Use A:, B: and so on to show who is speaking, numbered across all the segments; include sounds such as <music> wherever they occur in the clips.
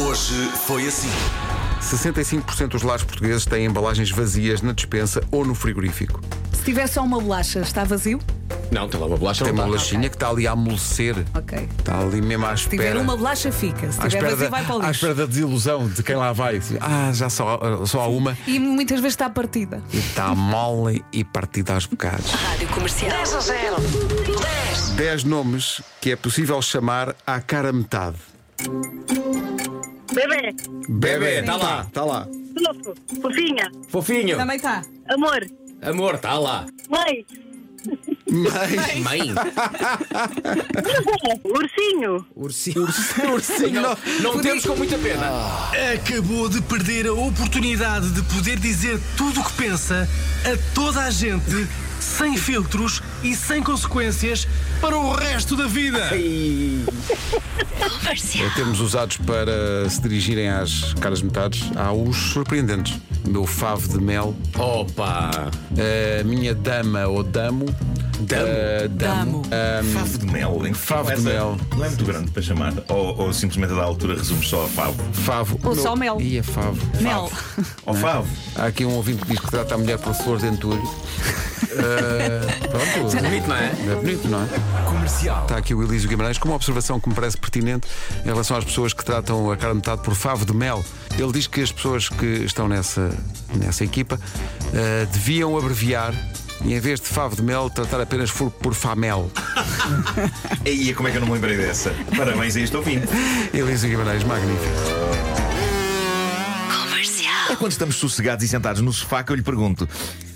A: Hoje foi assim.
B: 65% dos lares portugueses têm embalagens vazias na despensa ou no frigorífico.
C: Se tiver só uma bolacha, está vazio?
D: Não, tem lá uma
C: Então
D: bolacha.
B: Tem
D: não tá.
B: uma
D: dá.
B: bolachinha que está ali a amolecer.
C: tá, Ok.
B: Está ali mesmo à
C: Se tiver
B: espera.
C: uma bolacha, fica. Se
B: à
C: tiver
B: espera,
C: vazio,
B: da,
C: vai para
B: à
C: o lixo.
B: espera da desilusão de quem lá vai. Ah, já só, só há uma.
C: E muitas vezes está partida.
B: E está mole e partida aos bocados.
E: Rádio Comercial. 10 a 0. 10.
B: 10 nomes que é possível chamar à cara metade.
F: Bebê,
D: Bebê, está lá.
B: Está Tá, lá.
F: louco, fofinha,
D: Fofinho.
C: Também está.
F: amor,
D: Amor, está lá.
F: mãe, <laughs>
B: Mas.
D: Mãe.
F: ursinho.
D: Ursinho. <laughs>
B: Ursinho,
D: Não,
B: não.
D: não temos com muita pena.
G: Acabou de perder a oportunidade de poder dizer tudo o que pensa a toda a gente, sem filtros e sem consequências para o resto da vida.
B: Em termos usados para se dirigirem às caras metades, há os surpreendentes. Meu favo de mel,
D: Opa.
B: a minha dama ou damo.
D: Damo?
B: eh, damo.
C: Damo.
H: Favo de mel, em que
B: Favo de
H: essa
B: mel.
H: Não é muito grande para chamar. Ou, ou simplesmente a da altura resumes só a favo.
B: Favo.
C: Ou só mel.
B: Ia favo.
C: Mel.
H: Ou favo.
B: Há aqui um ouvinte que diz que trata a mulher por flor de entulho.
C: <laughs>
B: Eh, pronto.
D: Bonito, não é?
B: É bonito, não é? Comercial. Está aqui o Elísio Guimarães com uma observação que me parece pertinente em relação às pessoas que tratam a cara metade por favo de mel. Ele diz que as pessoas que estão nessa, nessa equipa eh, deviam abreviar e em vez de favo de mel tratar apenas por, por famel.
H: E aí, como é que eu não me lembrei dessa? Parabéns a este ouvinte.
B: Elísio Guimarães, magnífico.
H: É <laughs> quando estamos sossegados e sentados no sofá que eu lhe pergunto: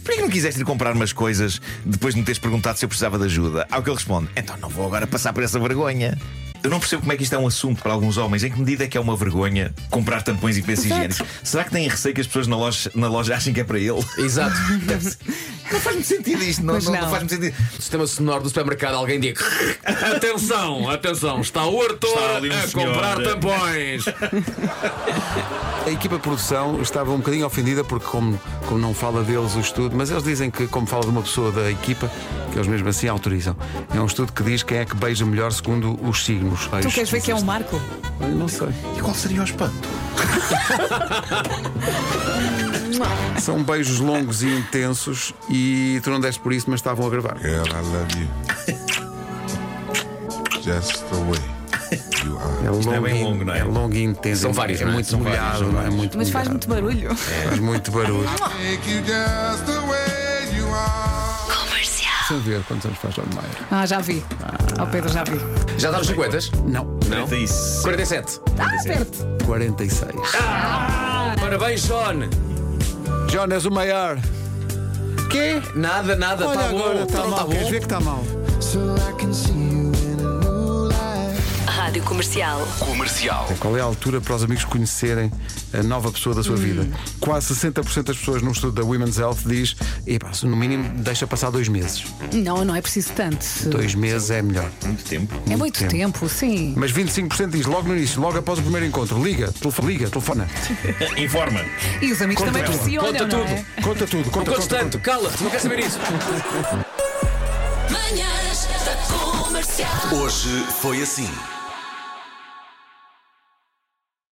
H: por que não quiseste ir comprar umas coisas depois de me teres perguntado se eu precisava de ajuda? Ao que ele responde: então não vou agora passar por essa vergonha. Eu não percebo como é que isto é um assunto para alguns homens. Em que medida é que é uma vergonha comprar tampões e pensos higiênicos? Será que têm receio que as pessoas na loja, na loja achem que é para ele?
D: Exato. <laughs>
H: <laughs> Não faz muito sentido isto, não,
C: Pois
H: não, não
C: não.
H: faz muito sentido.
D: Sistema sonoro do supermercado, alguém diga: <laughs> Atenção, atenção, está o Arthur
H: Está ali um
D: a
H: senhor.
D: comprar tampões.
B: A equipa de produção estava um bocadinho ofendida porque, como, como não fala deles o estudo, mas eles dizem que, como fala de uma pessoa da equipa, que eles mesmo assim autorizam. É um estudo que diz quem é que beija melhor segundo os signos.
C: Tu queres ver que é um marco?
B: Não sei.
H: E qual seria o
D: <laughs>
H: espanto?
B: São beijos longos e intensos e tu não deste por isso, mas estavam a gravar.
D: É.
I: Girl, I love you. Just the way you are.
H: é
B: longo
H: bem
B: e-
H: longo, não é?
B: É longo e intenso.
D: São
B: é
D: vários,
B: muito-
D: não
B: é muito
D: é? São vários,
B: molhado,
D: são
B: não é?
D: vários.
B: muito
C: Mas faz
B: molhado.
C: muito barulho.
B: Faz muito barulho.
C: <laughs>
I: Take you just the way you are.
B: Deixa eu ver quantos anos faz John Mayer.
C: Ah, já vi. Ó Pedro, já vi.
D: Já está nos 50?
B: Não,
D: Não.
H: É isso.
D: 47.
C: Ah, perto.
B: 46.
D: Parabéns, John.
B: John, és o maior. Quê?
D: Nada, nada,
B: Olha
D: está bom.
B: agora, está
D: Não
B: mal.
D: tá
B: Queres
D: bom.
B: ver que está mal?
E: Rádio Comercial.
B: Qual é a altura para os amigos conhecerem a nova pessoa da sua
D: Hum.
B: vida? Quase 60% das pessoas num estudo da Women's Health diz, "Epá, se no mínimo deixa passar dois meses.
C: Não, não é preciso tanto.
B: Dois meses é melhor.
H: Muito tempo.
C: É muito
B: tempo.
C: tempo, sim.
B: Mas 25% diz logo no início, logo após o primeiro encontro, liga, telefona, liga, telefona.
H: Informa.
C: E os amigos também
H: ela.
C: pressionam,
D: Conta
C: não
D: tudo.
C: é?
B: Conta tudo,
D: Não
B: conta,
D: contes
B: conta, conta.
D: tanto, cala-te, não quero saber isso.
E: Manhãs da Comercial.
A: Hoje foi assim.